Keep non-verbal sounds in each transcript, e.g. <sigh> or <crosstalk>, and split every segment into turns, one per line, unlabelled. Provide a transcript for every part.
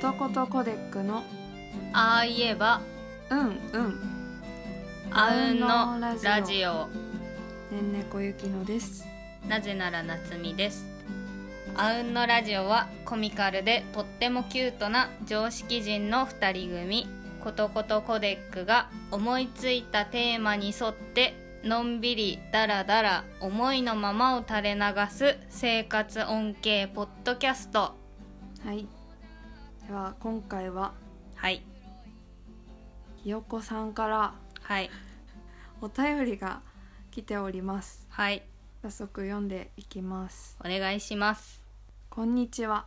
言コデックの
ああ言えば
うんうん
あうんのラジオ
ラジねんねこゆきのです
なぜなら夏美ですあうんのラジオはコミカルでとってもキュートな常識人の2人組ことことコデックが思いついたテーマに沿ってのんびりだらだら思いのままを垂れ流す生活音系ポッドキャスト
はいでは今回は
はい
ひよこさんから
はい
お便りが来ております
はい
早速読んでいきます
お願いします
こんにちは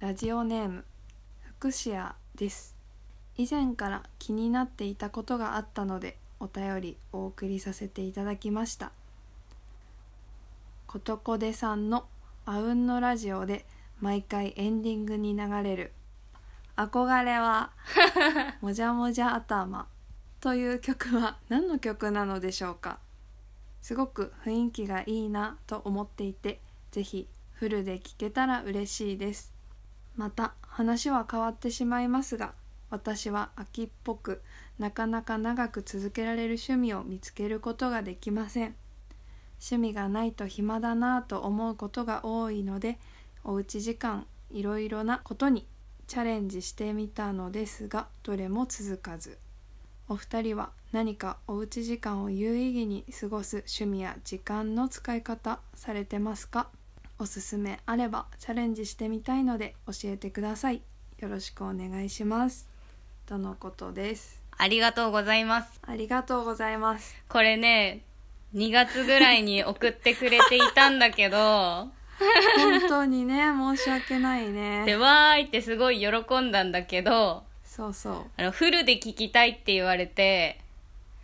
ラジオネーム福士屋です以前から気になっていたことがあったのでお便りお送りさせていただきましたことこでさんのあうんのラジオで毎回エンディングに流れる憧れはもじゃもじゃ頭という曲は何の曲なのでしょうかすごく雰囲気がいいなと思っていてぜひフルで聴けたら嬉しいですまた話は変わってしまいますが私は秋っぽくなかなか長く続けられる趣味を見つけることができません趣味がないと暇だなぁと思うことが多いのでおうち時間いろいろなことにチャレンジしてみたのですがどれも続かずお二人は何かおうち時間を有意義に過ごす趣味や時間の使い方されてますかおすすめあればチャレンジしてみたいので教えてくださいよろしくお願いしますとのことです
ありがとうございます
ありがとうございます
これね2月ぐらいに送ってくれていたんだ
<laughs>
けど
本当に
<laughs>
ね申し訳ない
で
ね
わーいってすごい喜んだんだけど
そうそう
あのフルで聞きたいって言われて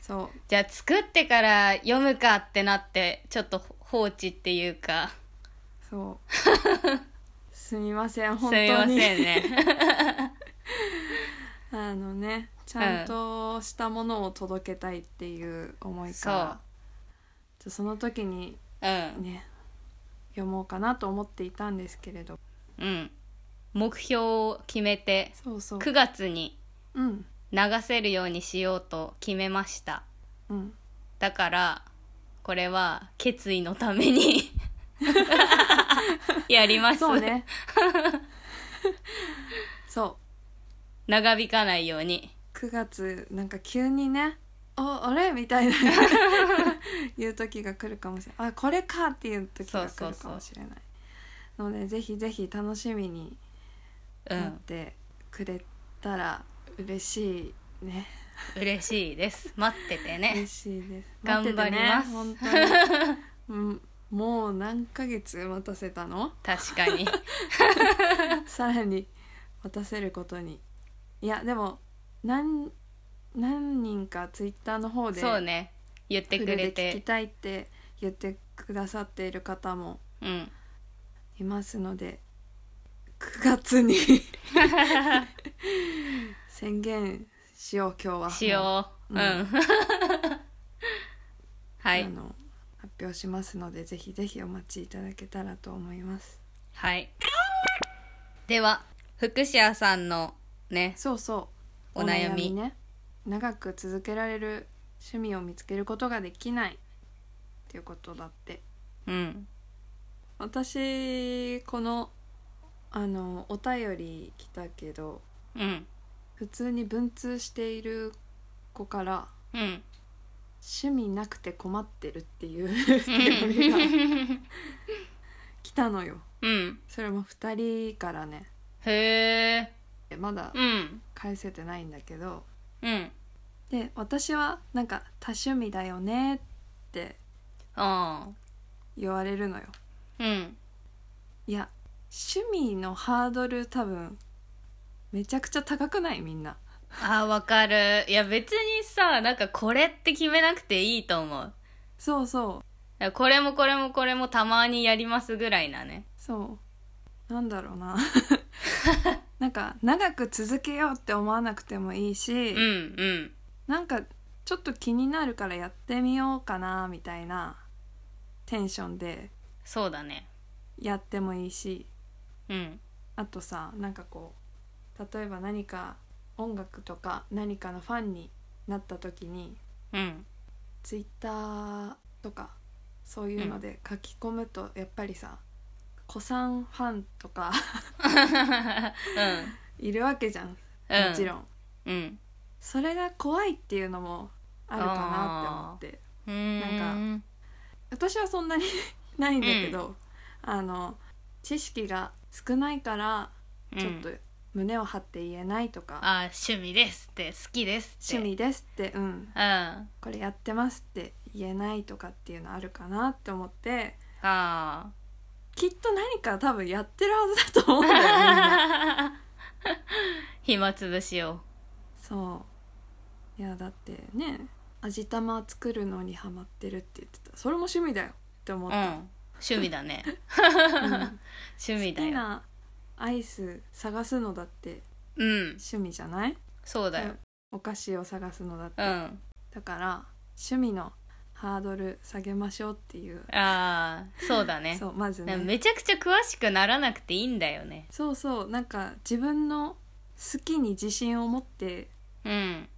そう
じゃあ作ってから読むかってなってちょっと放置っていうか
そう
<laughs>
すみません
す
本当に
みません
<laughs>
ね
あのねちゃんとしたものを届けたいっていう思いから、
そう
じゃあその時に
うん
ね読もうかなと思っていたんですけれど
うん目標を決めて
そうそう
9月に
うん
流せるようにしようと決めました
うん
だからこれは決意のために
<laughs>
やります
そう <laughs> ねそう
長引かないように
9月なんか急にね「ああれ?」みたい <laughs> な言う時が来るかもしれない「あこれか!」っていう時が来るかもしれないのでぜひぜひ楽しみに
う
なっ
ん
てくれたら嬉しいね、
嬉しいです待っててね
嬉しいです
頑張ります
待っててね本 <laughs> 当に、うん、もう何ヶ月待たせたの
確かに
<laughs> さらに待たせることにいやでも何何人かツイッターの方で
そうね言ってくれ
フルで聞き
て
たいって言ってくださっている方も
うん
いますので9月に <laughs> 宣言しよう今日は
しようう
うん
ん、 <laughs> は
あ
い
の発表しますのでぜひぜひお待ちいただけたらと思います
はいでは福士屋さんのね
そうそう
お悩み
ね長く続けられる趣味を見つけることができないっていうことだって
うん
私このあのお便り来たけど
うん
普通に文通している子から
うん
趣味なくて困ってるっていう <laughs> 手紙が来たのよ
<laughs> うん
それも2人からね
へえ
まだ
うん
返せてないんだけど
うん
で私はなんか「多趣味だよね」って
あ
言われるのよ
あうん
いや趣味のハードル多分めちゃくちゃ高くないみんな
あーわかるいや別にさなんかこれって決めなくていいと思う
そうそう
これもこれもこれもたまにやりますぐらいなね
そうなんだろう
<laughs>
ななんか長く続けようって思わなくてもいいし、
うんうん
なんかちょっと気になるからやってみようかなみたいなテンションで
そうだね
やってもいいし
うん
あとさなんかこう例えば何か音楽とか何かのファンになった時に
うん
ツイッターとかそういうので書き込むとやっぱりさ子さんファンとか <laughs> いるわけじゃんも
うん
ちろん、
うん
それが怖いっていうのもあるかなって思って
うん
なん
か
私はそんなに <laughs> ないんだけど、あの知識が少ないからちょっと胸を張って言えないとか、
あ趣味ですって好きですって
趣味ですってうん
うんあ
これやってますって言えないとかっていうのあるかなって思って
あ
きっと何か多分やってるはずだと思うんだよみんな
<laughs> 暇つぶしを
そういやだってね味玉作るのにハマってるって言ってたそれも趣味だよって思
う
っ
ん
た、
趣味だね
うん
趣
好
味
<laughs>
だ
き
よ
なアイス探すのだって
うん
趣味じゃない
そうだよ
お菓子を探すのだって、
うん
だから趣味のハードル下げましょうっていう、
ああそうだね
そうまずね
めちゃくちゃ詳しくならなくていいんだよね
そうそうなんか自分の好きに自信を持って
うん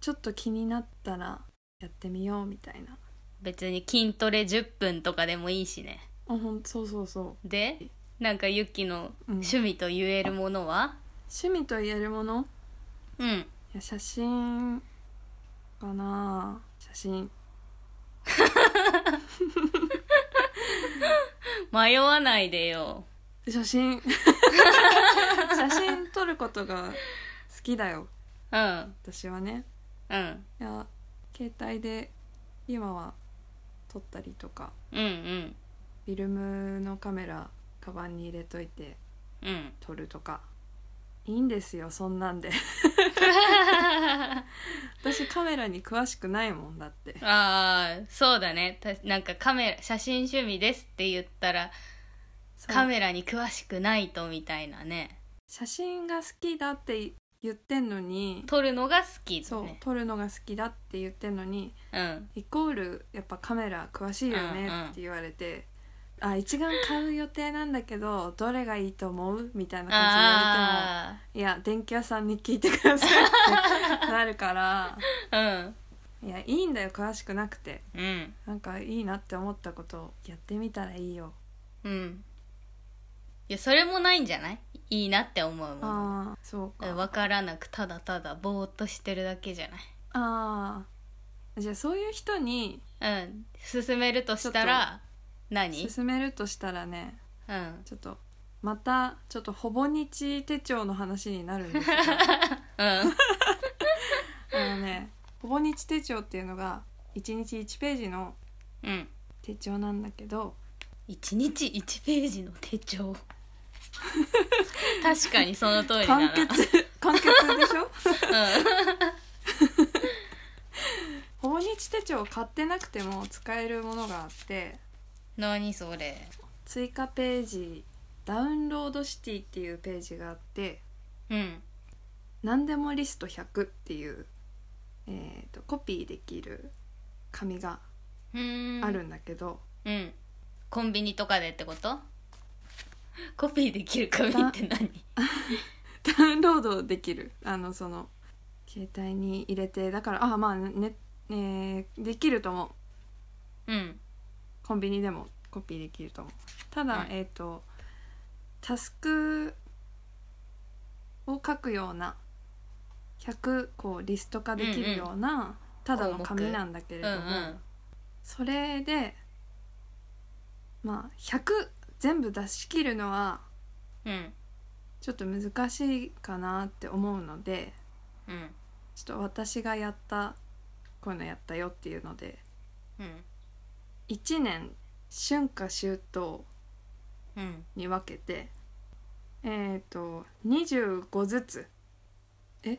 ちょっと気になったらやってみようみたいな
別に筋トレ10分とかでもいいしね
あほんそうそうそ
でなんかユッキの
う、うん、
趣
趣
味と言えるものは
味と言えるもの
うん
いや写真かな写真
迷わないでよ
写
<laughs>
真写真撮ることが好きだよ
うん
私はね
うん
いや携帯で今は撮ったりとか
うんうん
フィルムのカメラカバンに入れといて
うん
撮るとかいいんですよそんなん
<laughs>
で私カメラに詳しくないもんだって
ああそうだねたなんかカメラ写真趣味ですって言ったら
そう
カメラに詳しくないとみたいなね
写真が好きだって言ってんのに
撮るのが好きって
そう
ね
撮るのが好きだって言ってんのに
うん
イコールやっぱカメラ詳しいよね
うんうん
って言われて、あ一眼買う予定なんだけ
<laughs>
どどれがいいと思うみたいな感じで言われても
あ
いや電気屋さんに聞いてください
<laughs>
ってなるから
あ
いやいいんだよ詳しくなくて
うんうん
なんかいいなって思ったことをやってみたらいいよ
うんいやそれもないんじゃないいいなって思うもの
ああそうか
分からなくただただぼーっとしてるだけじゃ
ああじゃあそういう人に
ないうん進めるとしたら何
勧めるとしたらね
うん
ちょっとまたちょっとほぼ日手帳の話になるんですが
<laughs> うん
あのねほぼ日手帳っていうのが1日1ページの
うん
手帳なんだけど
一日一ページの手
<laughs>
帳確かにその通りだな
完結
<laughs>
完結でしょほぼ日手帳を買ってなくても使えるものがあって
うん、何それ
追加ページダウンロードシティっていうページがあって
うん
何でもリスト100っていう、えー、とコピーできる紙が
うーん
あるんだけど、
うんコンビニとかでってことコピーできる紙って何
ダウンロードできるあのその携帯に入れてだからあまあね、えーできると思う
うん
コンビニでもコピーできると思うただ、
うん
えっ、とタスクを書くような100こうリスト化できるような、ただの紙なんだけ
う
れ
んう
ども、
ん
それでまあ100全部出し切るのは
うん
ちょっと難しいかなって思うので
うん
ちょっと私がやったこういうのやったよっていうので
うん
1年春夏秋冬
うん
に分けてえっ、ー、と25ずつ <laughs>
うん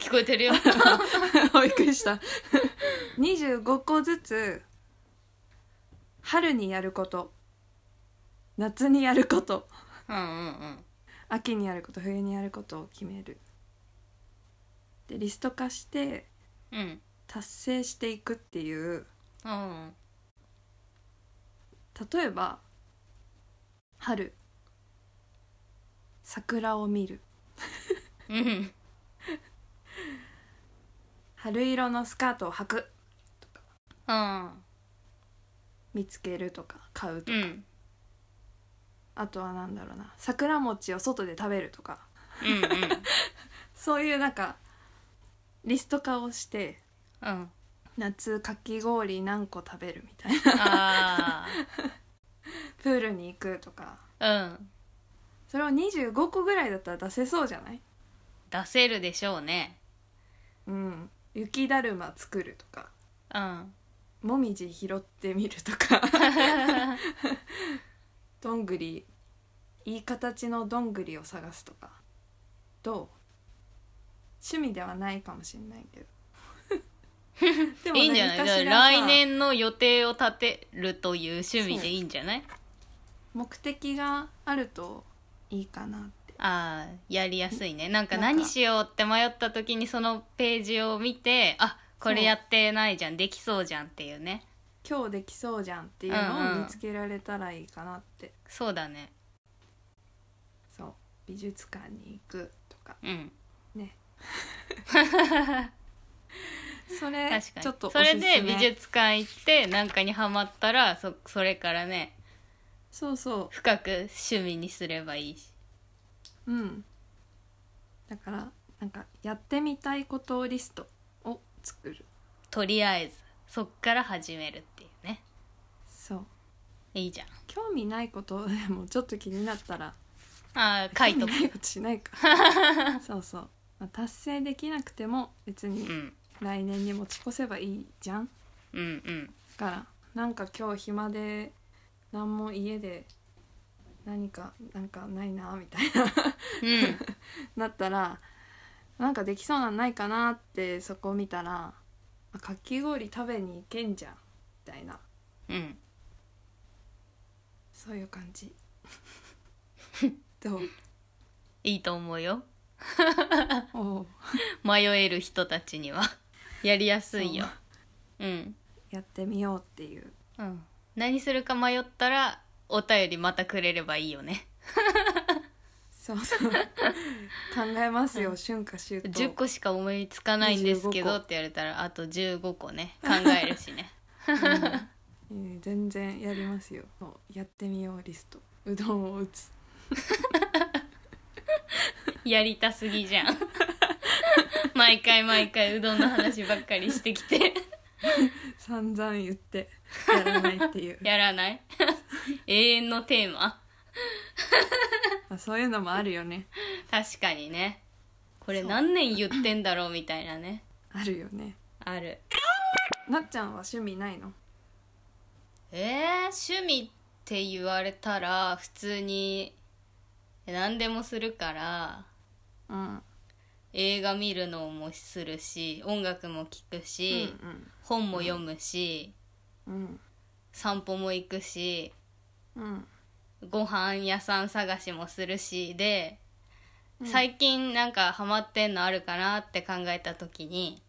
聞こえてる
<laughs>
よ
おびっくりした <laughs> 25個ずつ春にやること夏にやること
うんうんうん
秋にやること冬にやることを決めるでリスト化して
うん
達成していくっていう
うん
例えば春桜を見る
うん
春色のスカートを履く
あ
見つけるとか買うと
ーう
か、
ん
あとはなんだろうな桜餅を外で食べるとか <laughs>
うん
そういうなんかリスト化をして
うんうん
夏かき氷何個食べるみたいな
あ
プールに行くとか
ーうん
それを25個ぐらいだったら出せそうじゃない
出せるでしょうね
うん雪だるま作るとか
うん
もみじ拾ってみるとか
<laughs>
どんぐりいい形のどんぐりを探すとかどう趣味ではないかもしれない
<laughs>
けどで
いいんじゃない
何
だ
か
か
し
ら
らさ
来年の予定を立てるという趣味でいいんじゃない
目的があるといいかなって
あーやりやすいねなんか
なんか
何しようって迷った時にそのページを見てあこ
そ
れ
う
やってないじゃんできそうじゃんっていうね
今日できそうじゃんっていう
うん
のを
うん
見つけられたらいいかなって、
そうだね
そう美術館に行くとか
うん
ね <laughs> それ
確かに
ちょっとおす
そ
すめ
れで美術館行ってなんかにハマったらそそれからね
そうそ
深く趣味にすればいいし
ううんだからなんかやってみたいことリストを作る
とりあえずそっから始めるっていうね
そう
いいじゃん
興味ないことでもちょっと気になったら
あー書いと
興
く
味ないことしないか <laughs> そうそう、まあ、達成できなくても別に
うん
来年に持ち越せばいいじゃん
うんうん
だからなんか今日暇で何も家で何かなんかないなみたいな
うん
なったらなんかできそうなんないかなってそこを見たらあかき氷食べに行けんじゃんみたいな
うん
そういう感 <laughs> じどう
いいと思うよ
おう
迷える人たちには <laughs> やりやすいようん、
やってみようっていう
うん、何するか迷ったらお便りまたくれればいいよね
そうそう考えますよ春夏秋冬
10個しか思いつかないんですけ
25
ど
個
って言われたらあと15個ね考える
<laughs>
しね
うん全然やりますよそうやってみようリストうどんを打つ
やりたすぎじゃん <laughs> 毎回毎回うどんの話ばっかりしてきて <laughs>
散々言ってやらないって <laughs> いう
やらない <laughs> 永遠のテーマ
まあそういうのもあるよね
確かにねこれ
そう
何年言ってんだろうみたいなね
あるよね
ある
なっちゃんは趣味ないの
えー、趣味って言われたら普通に何でもするから
うん
映画見るのもするし音楽も聴く
うん
し、本も読むし、
うん
散歩も行くし
うん
ご飯屋さん探しもするしで、
うん
最近なんかハマってんのあるかなって考えた時に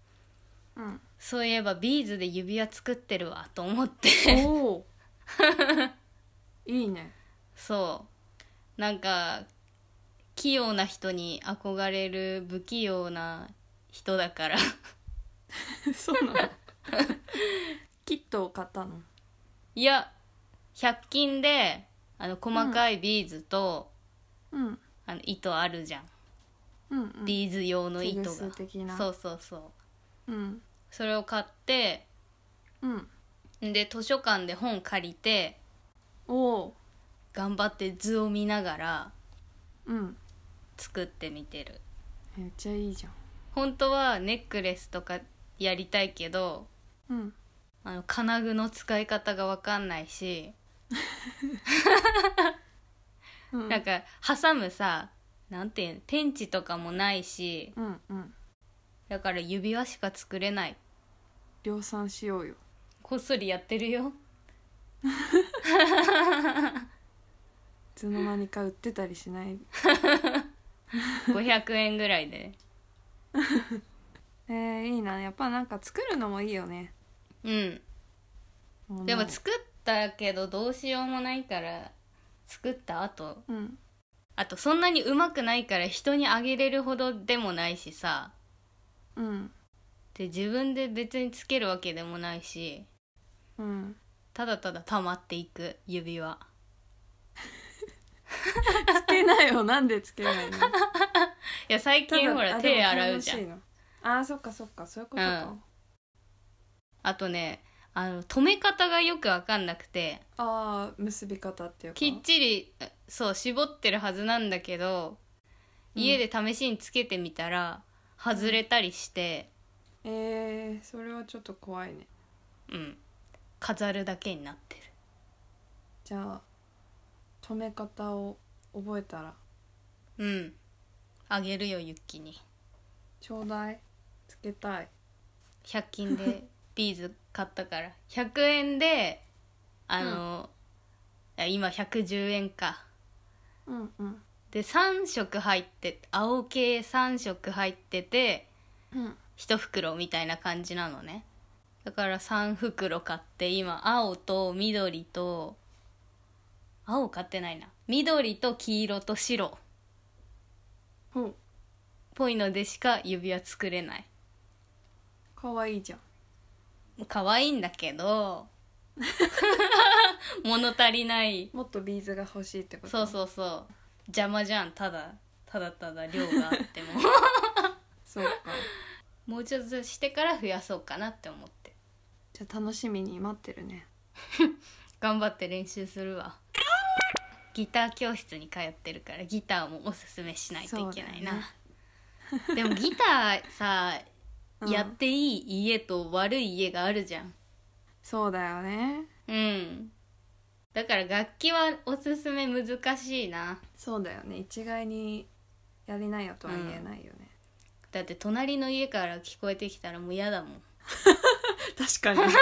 うん
そういえばビーズで指輪作ってるわと思って
おおーいいね
<laughs> そうなんか器用な人に憧れる不器用な人だから <laughs>
そうなのキットを買ったの
いや100均であの細かいビーズと、
うんうん
あの糸あるじゃん、
うん
ビーズ用の糸
テグス的な
がそうそうそう
うん
それを買って
うん
で図書館で本借りて
おお
頑張って図を見ながら
うん
作ってみてる
めっちゃいいじゃん
本当はネックレスとかやりたいけど
うん
あの金具の使い方が分かんないし
うん
なんか挟むさなんていうのペンチとかもないし
うんうん
だから指輪しか作れない
量産しようよ
こっそりやってるよ
いつの間にか売ってたりしない
500円ぐらいでね
えー、いいなやっぱなんか作るのもいいよね
うんでも作ったけどどうしようもないから作った後
うん
あとそんなに上手くないから人にあげれるほどでもないしさ
うん
で自分で別につけるわけでもないし
うん
ただただ溜まっていく指輪
つけないよなんでつけないの
いや最近ほら
あ
手洗うじゃ
で
ん
も楽しいのあーそっかそっかそういうことか、
うんあとねあの止め方がよく分かんなくて
ああ結び方っていうか
きっちりそう絞ってるはずなんだけど
うん
家で試しにつけてみたら外れたりして
えー、それはちょっと怖いね
うん飾るだけになってる
じゃあ止め方を覚えたら
うんあげるよユッキに
ちょうだいつけたい
100均でビーズ買ったから100円であの、あ今110円か
うんうん
で3色入って青系3色入ってて
うん
1袋みたいな感じなのねだから3袋買って今青と緑と青買ってないな緑と黄色と白っ
ほう
ぽいのでしか指輪作れない
かわいいじゃん
可愛いんだけど <laughs> 物足りない
もっとビーズが欲しいってこと
そうそうそう邪魔じゃんただただただ量があっても
<laughs> そうか
もうちょっとしてから増やそうかなって思って
じゃあ楽しみに待ってるね
頑張って練習するわギター教室に通ってるからギターもおすすめしないといけないな、でもギターさ、
うん
やっていい家と悪い家があるじゃん
そうだよね
うんだから楽器はおすすめ難しいな
そうだよね一概にやりないよとは言えないよね、
だって隣の家から聞こえてきたらもう嫌だもん、
確かに <laughs>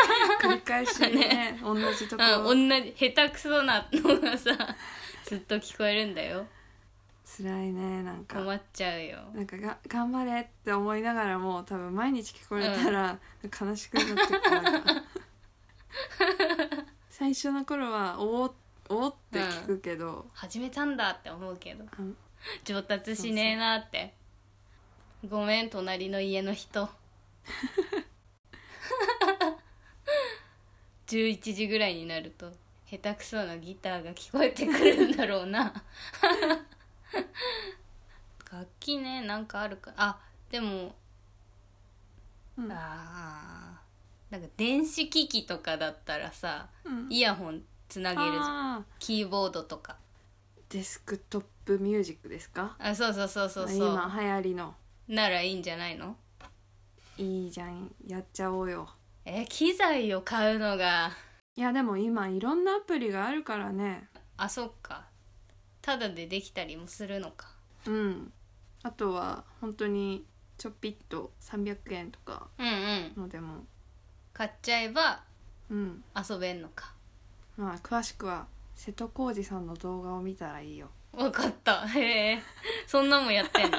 繰り返し
<laughs>
ね同じところ、
うん、同じ下手くそなのがさずっと聞こえるんだよ
辛いねなんか
困っちゃうよ
なんかが頑張れって思いながらも多分毎日聞こえたら、悲しくなってくるから
<laughs>
最初の頃はおおおおって聞くけど、
始めたんだって思うけど
あん
上達しねえなってごめん隣の家の人11時ぐらいになると下手くそなギターが聞こえてくるんだろうな楽器ねなんかあるかあでも、
うん
あーなんか電子機器とかだったらさ
うん
イヤホンつなげるじゃん
あ
キーボードとか
ーデスクトップミュージックですか
あそうそうそうそうそう
今流行りの
ならいいんじゃないの
いいじゃんやっちゃおうよ
え機材を買うのが
いやでも今いろんなアプリがあるからね
あそっかただでできたりもするのか
うんあとは本当にちょっぴっと300円とか
うんうん
のでも
買っちゃえば
うん
遊べんのか
まあ詳しくは瀬戸康史さんの動画を見たらいいよ
わかったへえそんなもんやってんの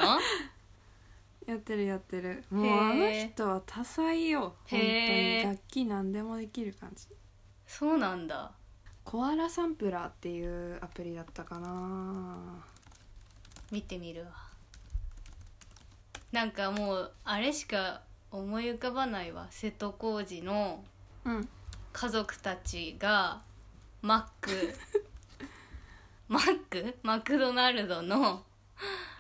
やってるやってるもう
へー
あの人は多彩よ本当
へ
に
ー
楽器何でもできる感じ
<laughs> そうなんだ
コアラサンプラーっていうアプリだったかな
見てみるわなんかもうあれしか思い浮かばないわ瀬戸康史の
うん
家族たちがマ
<laughs>
ックマックマクドナルドの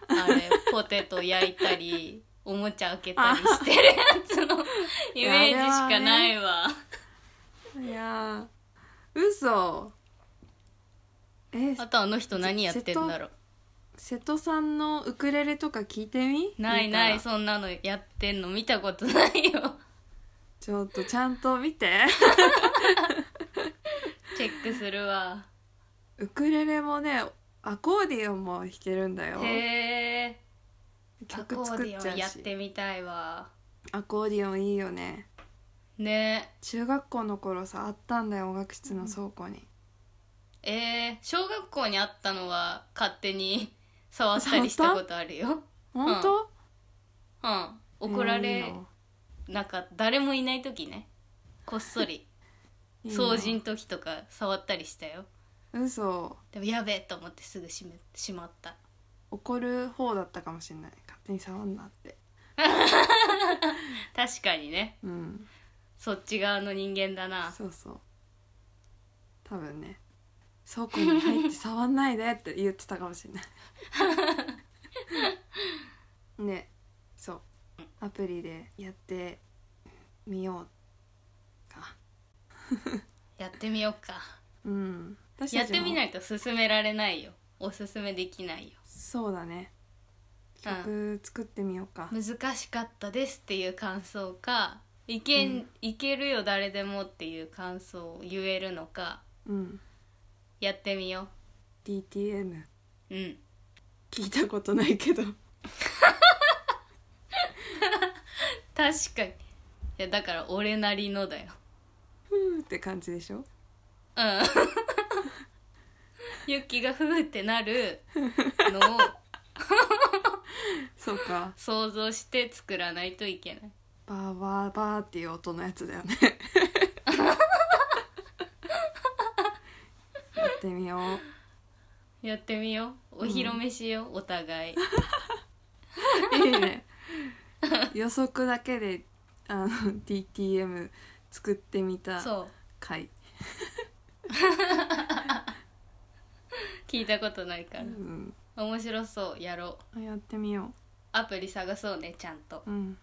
あ
<laughs>
れポテト焼いたりおもちゃ開けたりしてるや
<laughs>
つのイメージしかないわ、
いやー嘘え
あとあの人何やってんだろ
瀬戸さんのウクレレとか聞いてみ
うない
たら
ないそんなのやってんの見たことないよ
ちょっとちゃんと見
<laughs>
て
チェックするわ
ウクレレもねアコーディオンも弾けるんだよ
へえアコ
曲
ー
作
デ
っち
ィ
ゃ
オン
う
やっ
して
みたいわ
アコーディオンいいよね
ね
中学校の頃さあったんだよ音楽室の倉庫に、
えー、小学校にあったのは勝手に <laughs> 触ったりしたことあるよ
本当、
うん怒ら
えーい
れ、
いの
なんか誰もいない時ねこっそり
いいの
掃除の時とか触ったりしたよ
嘘
でもやべえと思ってすぐ閉めしまった
怒る方だったかもしれない勝手に触んなって
確かにね
うん
そっち側の人間だな
そうそう多分ね倉庫に入って触んないでって言ってたかもしれないねそうアプリでやってみようか
やってみようか
うん私
やってみないいと勧められないよおすすめできないよ
そうだね曲作ってみようか、
難しかったですっていう感想かいけ,、
うん
ん、いけるよ誰でもっていう感想を言えるのか
うん、
やってみよ
DTM
ううん
聞いたことないけど
確かにいやだから俺なりのだよ
ふーって感じでしょ
うんユッキがふーってなるのを
そうか
想像して作らないといけない
バーバーバーっていう音のやつだよねやってみよう
やってみようお披露目しよう、お互い
いいね予測だけであの DTM 作ってみた
そう
回
聞いたことないから
う、ん、
面白そうやろう
やってみよ
アプリ探そうねちゃんと
ううん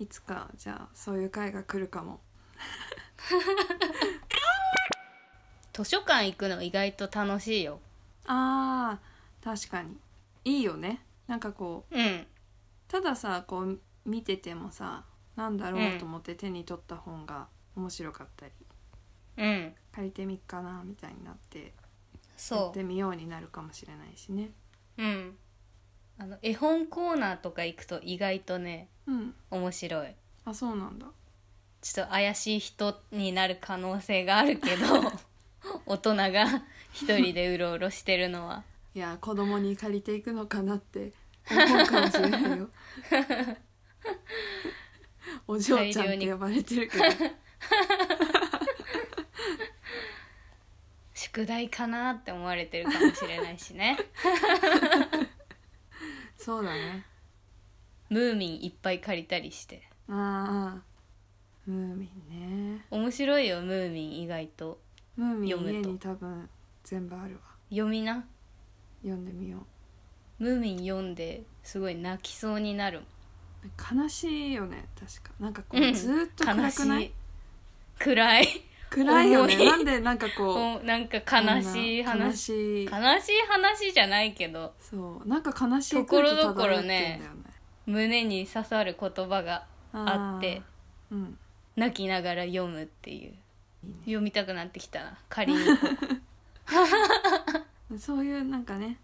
いつかじゃあそういう回が来るかも
図書館行くの意外と楽しいよ
あー確かにいいよねなんかこう
うん
たださこう見ててもさなんだろうと思って手に取った本が面白かったり、
うん
借りてみっかなみたいになってやっ
そ
てみようになるかもしれないしね
ううんあの絵本コーナーとか行くと意外とね
うん
面白い
あそうなんだ
ちょっと怪しい人になる可能性があ
<laughs>
るけど大人が一人でうろうろしてるのはい
や子供に借りていくのかなって思うかもしれない <laughs> よお嬢ちゃんって呼ばれてるけど
宿題かなって思われてるかもしれないし
<laughs>
ね
そうだね
ムーミンいっぱい借りたりして
ああムーミンね
面白いよムーミン意外と
ムーミ
読む
ン家
と
に多分全部あるわ
読みな
読んでみよう
ムーミン読んですごい泣きそうになるもん
悲しいよね確かなんかこう、
うん
ずーっと暗くない
暗い
<laughs> 暗いよね
重い
なんでなんかこう
もうなんか悲しい
こんな悲
話
しい
悲しい話じゃないけど
そうなんか悲しい空気漂ってんだよね
と胸に刺さる言葉があって
ーうん
泣きながら読むっていう
いいね
読みたくなってきたな仮
<laughs>
に
そういうなんかね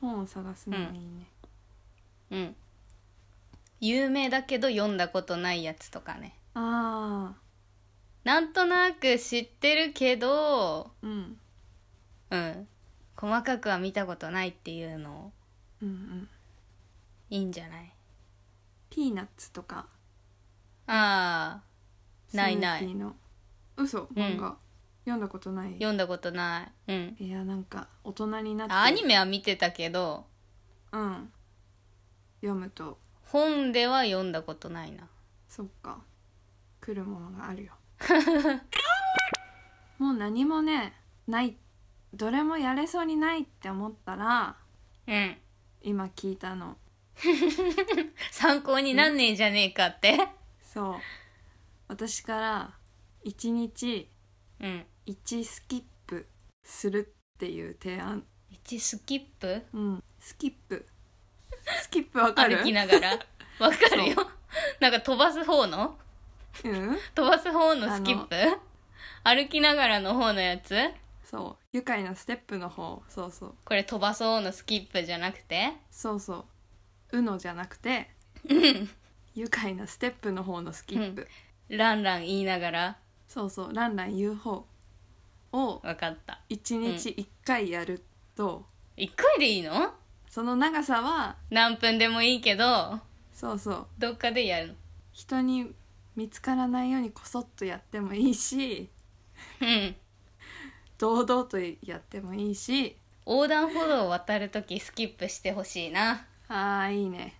本を探すのがいいね、
うん有名だけど読んだことないやつとかね
あ
なんとなく知ってるけど
ー、うん、
うん細かくは見たことないっていうの
うんうん
いいんじゃない
ピーナッツとか
ああないな
スヌーピ
い
ーの嘘漫画、読んだことない
読んだことないうん
いやなんか大人になって
あアニメは見てたけど
うん読むと
本では読んだことないな
そっか来るものがあ
<laughs>
るよもう何もねないどれもやれそうにないって思ったら
うん
今聞いたの
参考になんねえじゃねえかって
そう私から1日
うん
1スキップするっていう提案
一スキップ
うんスキップ
<laughs>
スキップわかる
歩き
<laughs>
ながらわかるよなんか飛ばす方の
うん
飛ばす方のスキップ <laughs> 歩きながらの方のやつ
そう愉快なステップの方そうそう
これ飛ばそうのスキップじゃなくて
そうそう「うの」じゃなくて愉快なステップの方のスキップ、
うランラン言いながら
そうそうランラン言う方を
わかった
1日1回やると、
一回でいいの
その長さは
何分でもいいけど
そうそう
どっかでやるの
人に見つからないようにこそっとやってもいいし
うん
堂々とやってもいいし
横断歩道を渡るときスキップしてほしいな
あーいいね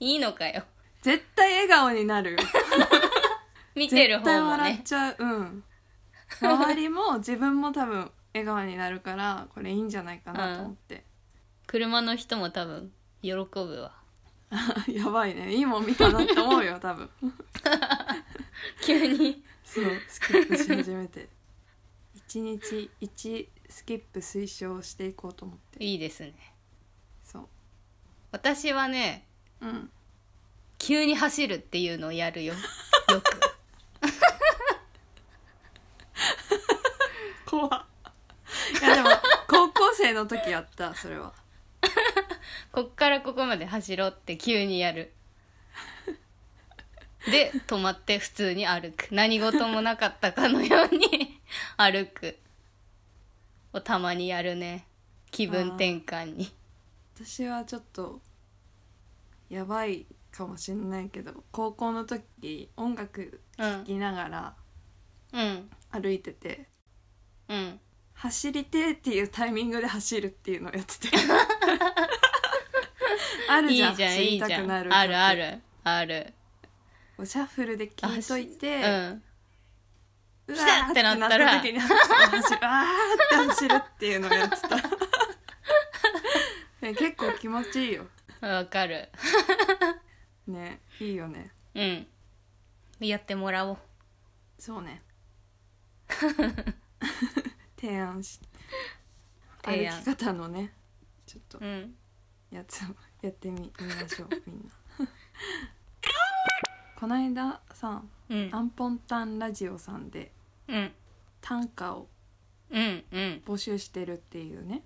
いいのかよ
絶対笑顔になるよ
<laughs> 見てる
絶対
方も
笑っ
ね
ちゃううん周りも自分も多分笑顔になるからこれいいんじゃないかなと思って、
車の人も多分喜ぶわ
<laughs> やばいねいいもん見たなって思う <laughs> よ多分
急に
そうスキップし始めて <laughs> 一日一スキップ推奨していこうと思って
いいですね
そう
私はね
うん
急に走るっていうのをや
<laughs>
るよよく
怖っ <laughs> いやでも高校生の時やったそれは
こっからここまで走ろうって急にやるで止まって普通に歩く何事もなかったかのように歩くをたまにやるね気分転換に
私はちょっとやばいかもしんないけど高校の時音楽聴きながら
うん
歩いてて、
うん
走りてーっていうタイミングで走るっていうのをや
<laughs>
っててある
いい
じ
じ
ゃ
ゃ
ん
んいい
走り
じ
た
ゃ
く
ん
なる
あるあるある
こうシャッフルで聴いといて、
うん
うわ
来た
ー
ってなったら
ってなった時に走るあーって走るっていうのをやってたね結構気持ちいいよ
わかる
ねいいよね
うんやってもらおう
そう
<laughs>
ね提案し
提案
歩き方のねちょっと
うん
やつを <laughs> やってみみましょうみんな <laughs> こないださ
うん
アンポンタンラジオさんで
うん
短歌を
うんうん
募集してるっていうね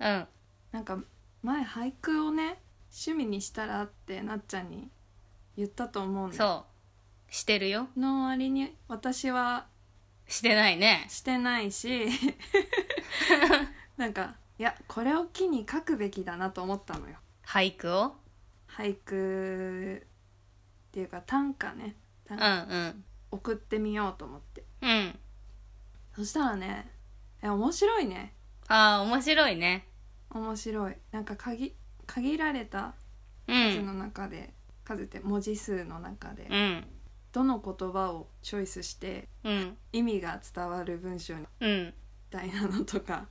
うん
なんか前俳句をね趣味にしたらってなっちゃんに言ったと思うんだ
そうしてるよ
の割に私は
してないね
してないし
<laughs>
なんかいやこれを機に書くべきだなと思ったのよ
俳句を
俳句っていうか短歌ね
う
短
ん
歌
うん
送ってみようと思って
うん
そしたらねえ面白いね
ああ面白いね
面白いなんか限限られた
う
数の
ん
中で、数って文字数の中で、
うん
どの言葉をチョイスして
うん
意味が伝わる文章み
うん
たいなのとか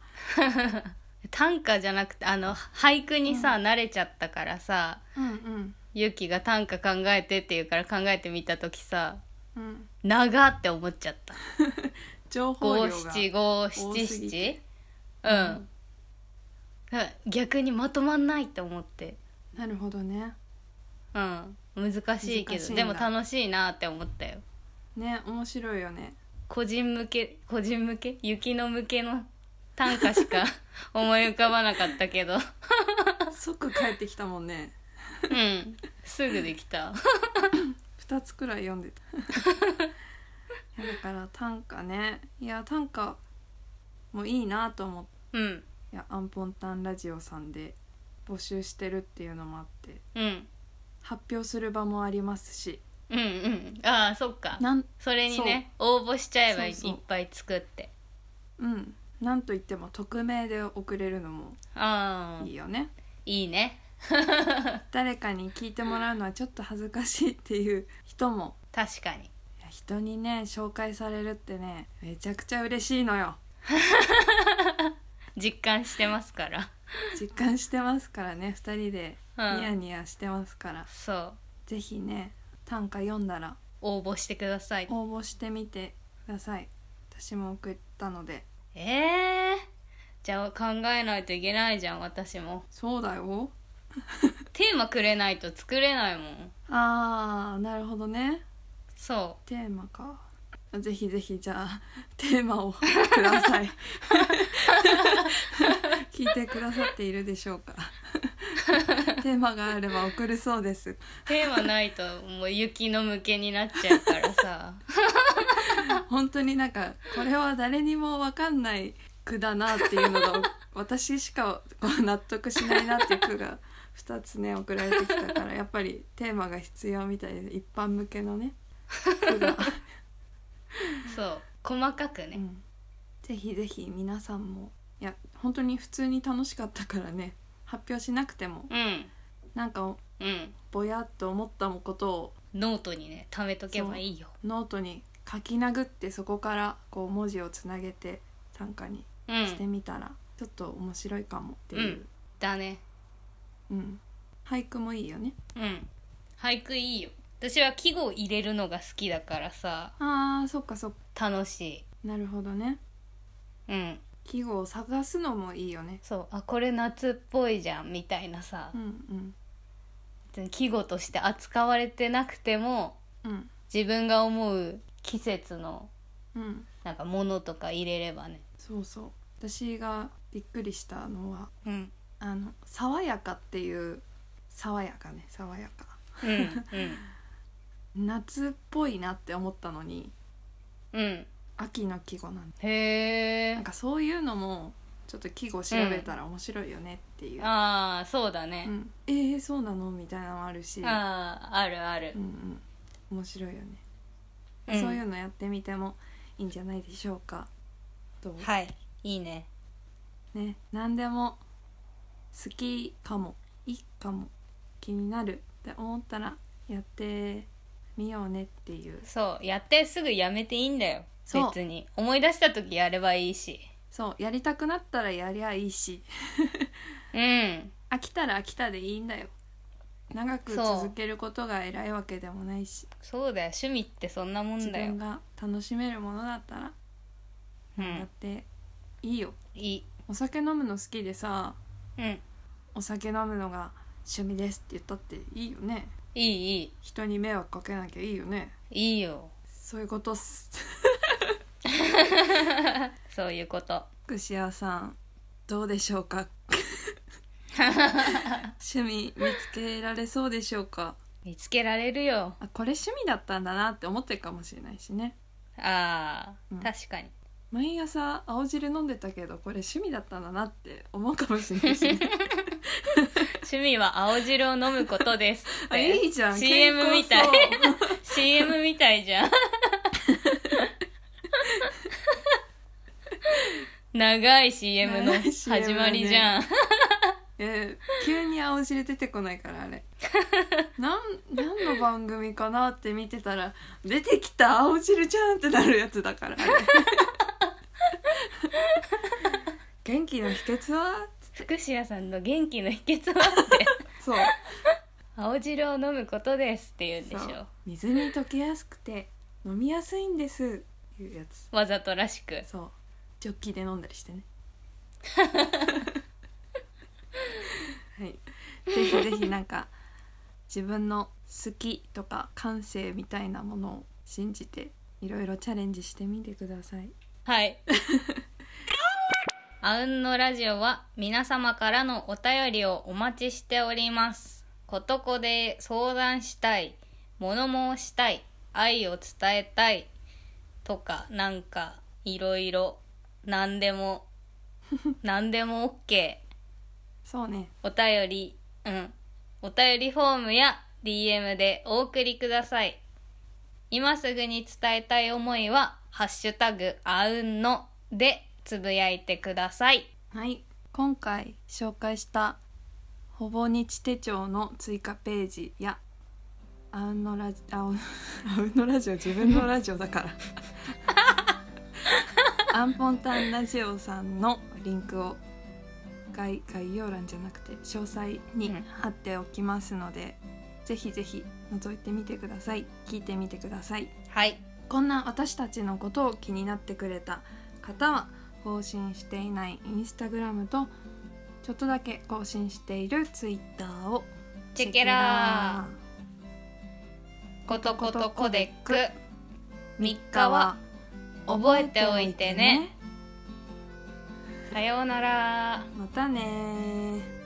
短歌じゃなくてあの俳句にさ、慣れちゃったからさ
うんうん
ゆきが短歌考えてって言うから考えてみた時さ
うん
長って思っちゃった
情報量
五
が
七五七
多すぎ
七
て
うん逆にまとまんないって思って
なるほどね
うん難しいけ
難し
ど
いんだ
でも楽しいなって思ったよ
ね面白いよね
個人向け個人向け雪の向けの短歌し
<laughs>
か思い浮かばなかったけど
即帰ってきたもんね
うんすぐできた
2つくらい読ん <laughs> でたいやだから短歌ねいや短歌もいいなと思って
うん
いやアンポンタンラジオさんで募集してるっていうのもあって
うん
発表する場もありますし
うんうんああそっか
なん
それにね応募しちゃえばい
そうそう
っぱい作って
うんなんといっても匿名で送れるのも
ああ
いいよね
いいね
誰かに聞いてもらうのはちょっと恥ずかしいっていう人も
確かに
いや人にね紹介されるってねめちゃくちゃ嬉しいのよ
実感してますから
実感してますからね2人で
うん
ニヤニヤしてますから、
そう
ぜひね短歌読んだら
応募してください
応募してみてください私も送ったので
ええー、じゃあ考えないといけないじゃん私も
そうだよ
テーマくれないと作れないもん
あーなるほどね
そ
テーマかぜひぜひじゃあ <laughs> テーマをください <laughs> 聞いてくださっているでしょうか <laughs> テーマがあれば送るそうです
うテーマないともう雪の向けになっちゃうから <laughs> さ
本当になんかこれは誰にも分かんない句だなっていうのが <laughs> 私しかこう納得しないなっていう句が2つね送られてきたからやっぱりテーマが必要みたいで一般向けのね句が、
そう細かく
う
ね
ん、ぜひぜひ皆さんもいや本当に普通に楽しかったからね発表しなくても
うん
なんか
うん
ぼやっと思ったことを
ノートにね貯めとけばいいよ
ノートに書き殴ってそこからこう文字をつなげて短歌に
う
して
ん
みたら、ちょっと面白いかもっていう、
だね
うん俳句もいいよね
うん俳句いいよ私は季語入れるのが好きだからさ
あーそっかそっか
楽し
なるほどね
いうん
季語を探すのもいいよね
そうあこれ夏っぽいじゃんみたいなさ
う、ん
季語として扱われてなくても
うんうん
自分が思う季節の
うん
なんかものとか入れればね
そうそう私がびっくりしたのは
うん
あの「爽やか」っていう「爽やかね」爽やか
うん
夏っぽいなって思ったのに
うんうん
秋の季語なんだ
へえ
なんかそういうのもちょっと季語調べたら面白いよねっていう、
ああそうだ
う
ね、
んえー、そうなのみたいなのもあるし、う
あああるある
んうん、面白いよね、
うん
そういうのやってみてもいいんじゃないでしょうかどう、
はいいいね
ね何でも好きかもいいかも気になるって思ったらやってみようねっていう
そうやってすぐやめていいんだよ
そう
別に思い出した時やればいいし
そうやりたくなったらやりゃいいし
うん
飽きたら飽きたでいいんだよ長く
そう
続けることが偉いわけでもないし
そうだよ趣味ってそんなも
自
んだよ
分、が楽しめるものだったら
う
やっ
ん、
ていいよ、
いい
お酒飲むの好きでさ
うんい
お酒飲むのが趣味ですって言ったっていいよね
いい
人に迷惑かけなきゃいいよね
いいよ
そういうことっす
そういうこと
串屋さんどうでしょう
<laughs>
か趣味見つけられそうでしょうか
見つけられるよ
あこれ趣味だったんだなって思ってるかもしれないしね
あー、
うん
確かに
毎朝青汁飲んでたけどこれ趣味だったんだなって思うかもしれないしね
<laughs> 趣味は青汁を飲むことです
<laughs>
っ
あ
て
いいじゃん
CM みたい
健康そう
CM みたいじゃん長い CM の
長い CM
始まりじゃん、
<laughs> えー急に青汁出てこないから
<laughs>
あれなん何の番組かなって見てたら出てきた青汁じゃんってなるやつだからあれ
<laughs>
元気の秘訣は
福士屋さんの元気の秘訣はって
そう
青汁を飲むことですって言うんでし
そう
ょ
水に溶けやすくて飲みやすいんですっていうやつ
わざとらしく
そうジョッキで飲んだりしてねはいぜひぜひなんか自分の好きとか感性みたいなものを信じていろいろチャレンジしてみてください
はい <laughs> あうんのラジオは皆様からのお便りをお待ちしておりますことこで相談したい物申したい愛を伝えたいとかなんかいろいろ何でも何でも OK
そうね
お便り、うん。お便りフォームや DM でお送りください。今すぐに伝えたい思いは、ハッシュタグ、あうんのでつぶやいてください。
はい今回紹介したほぼ日手帳の追加ページやあうんのラジあうん <laughs> あうんのラジオ自分のラジオだからアンポンタンラジオさんのリンクを概概要欄じゃなくて詳細に貼っておきますので、ぜひぜひ覗いてみてください聞いてみてください
はい。
こんな私たちのことを気になってくれた方は更新していないインスタグラムとちょっとだけ更新しているツイッターを
チェケラ
チェケ
ー。ことことコデック。3
ラ
日は、覚
覚
えておいてね。さようなら。
またねー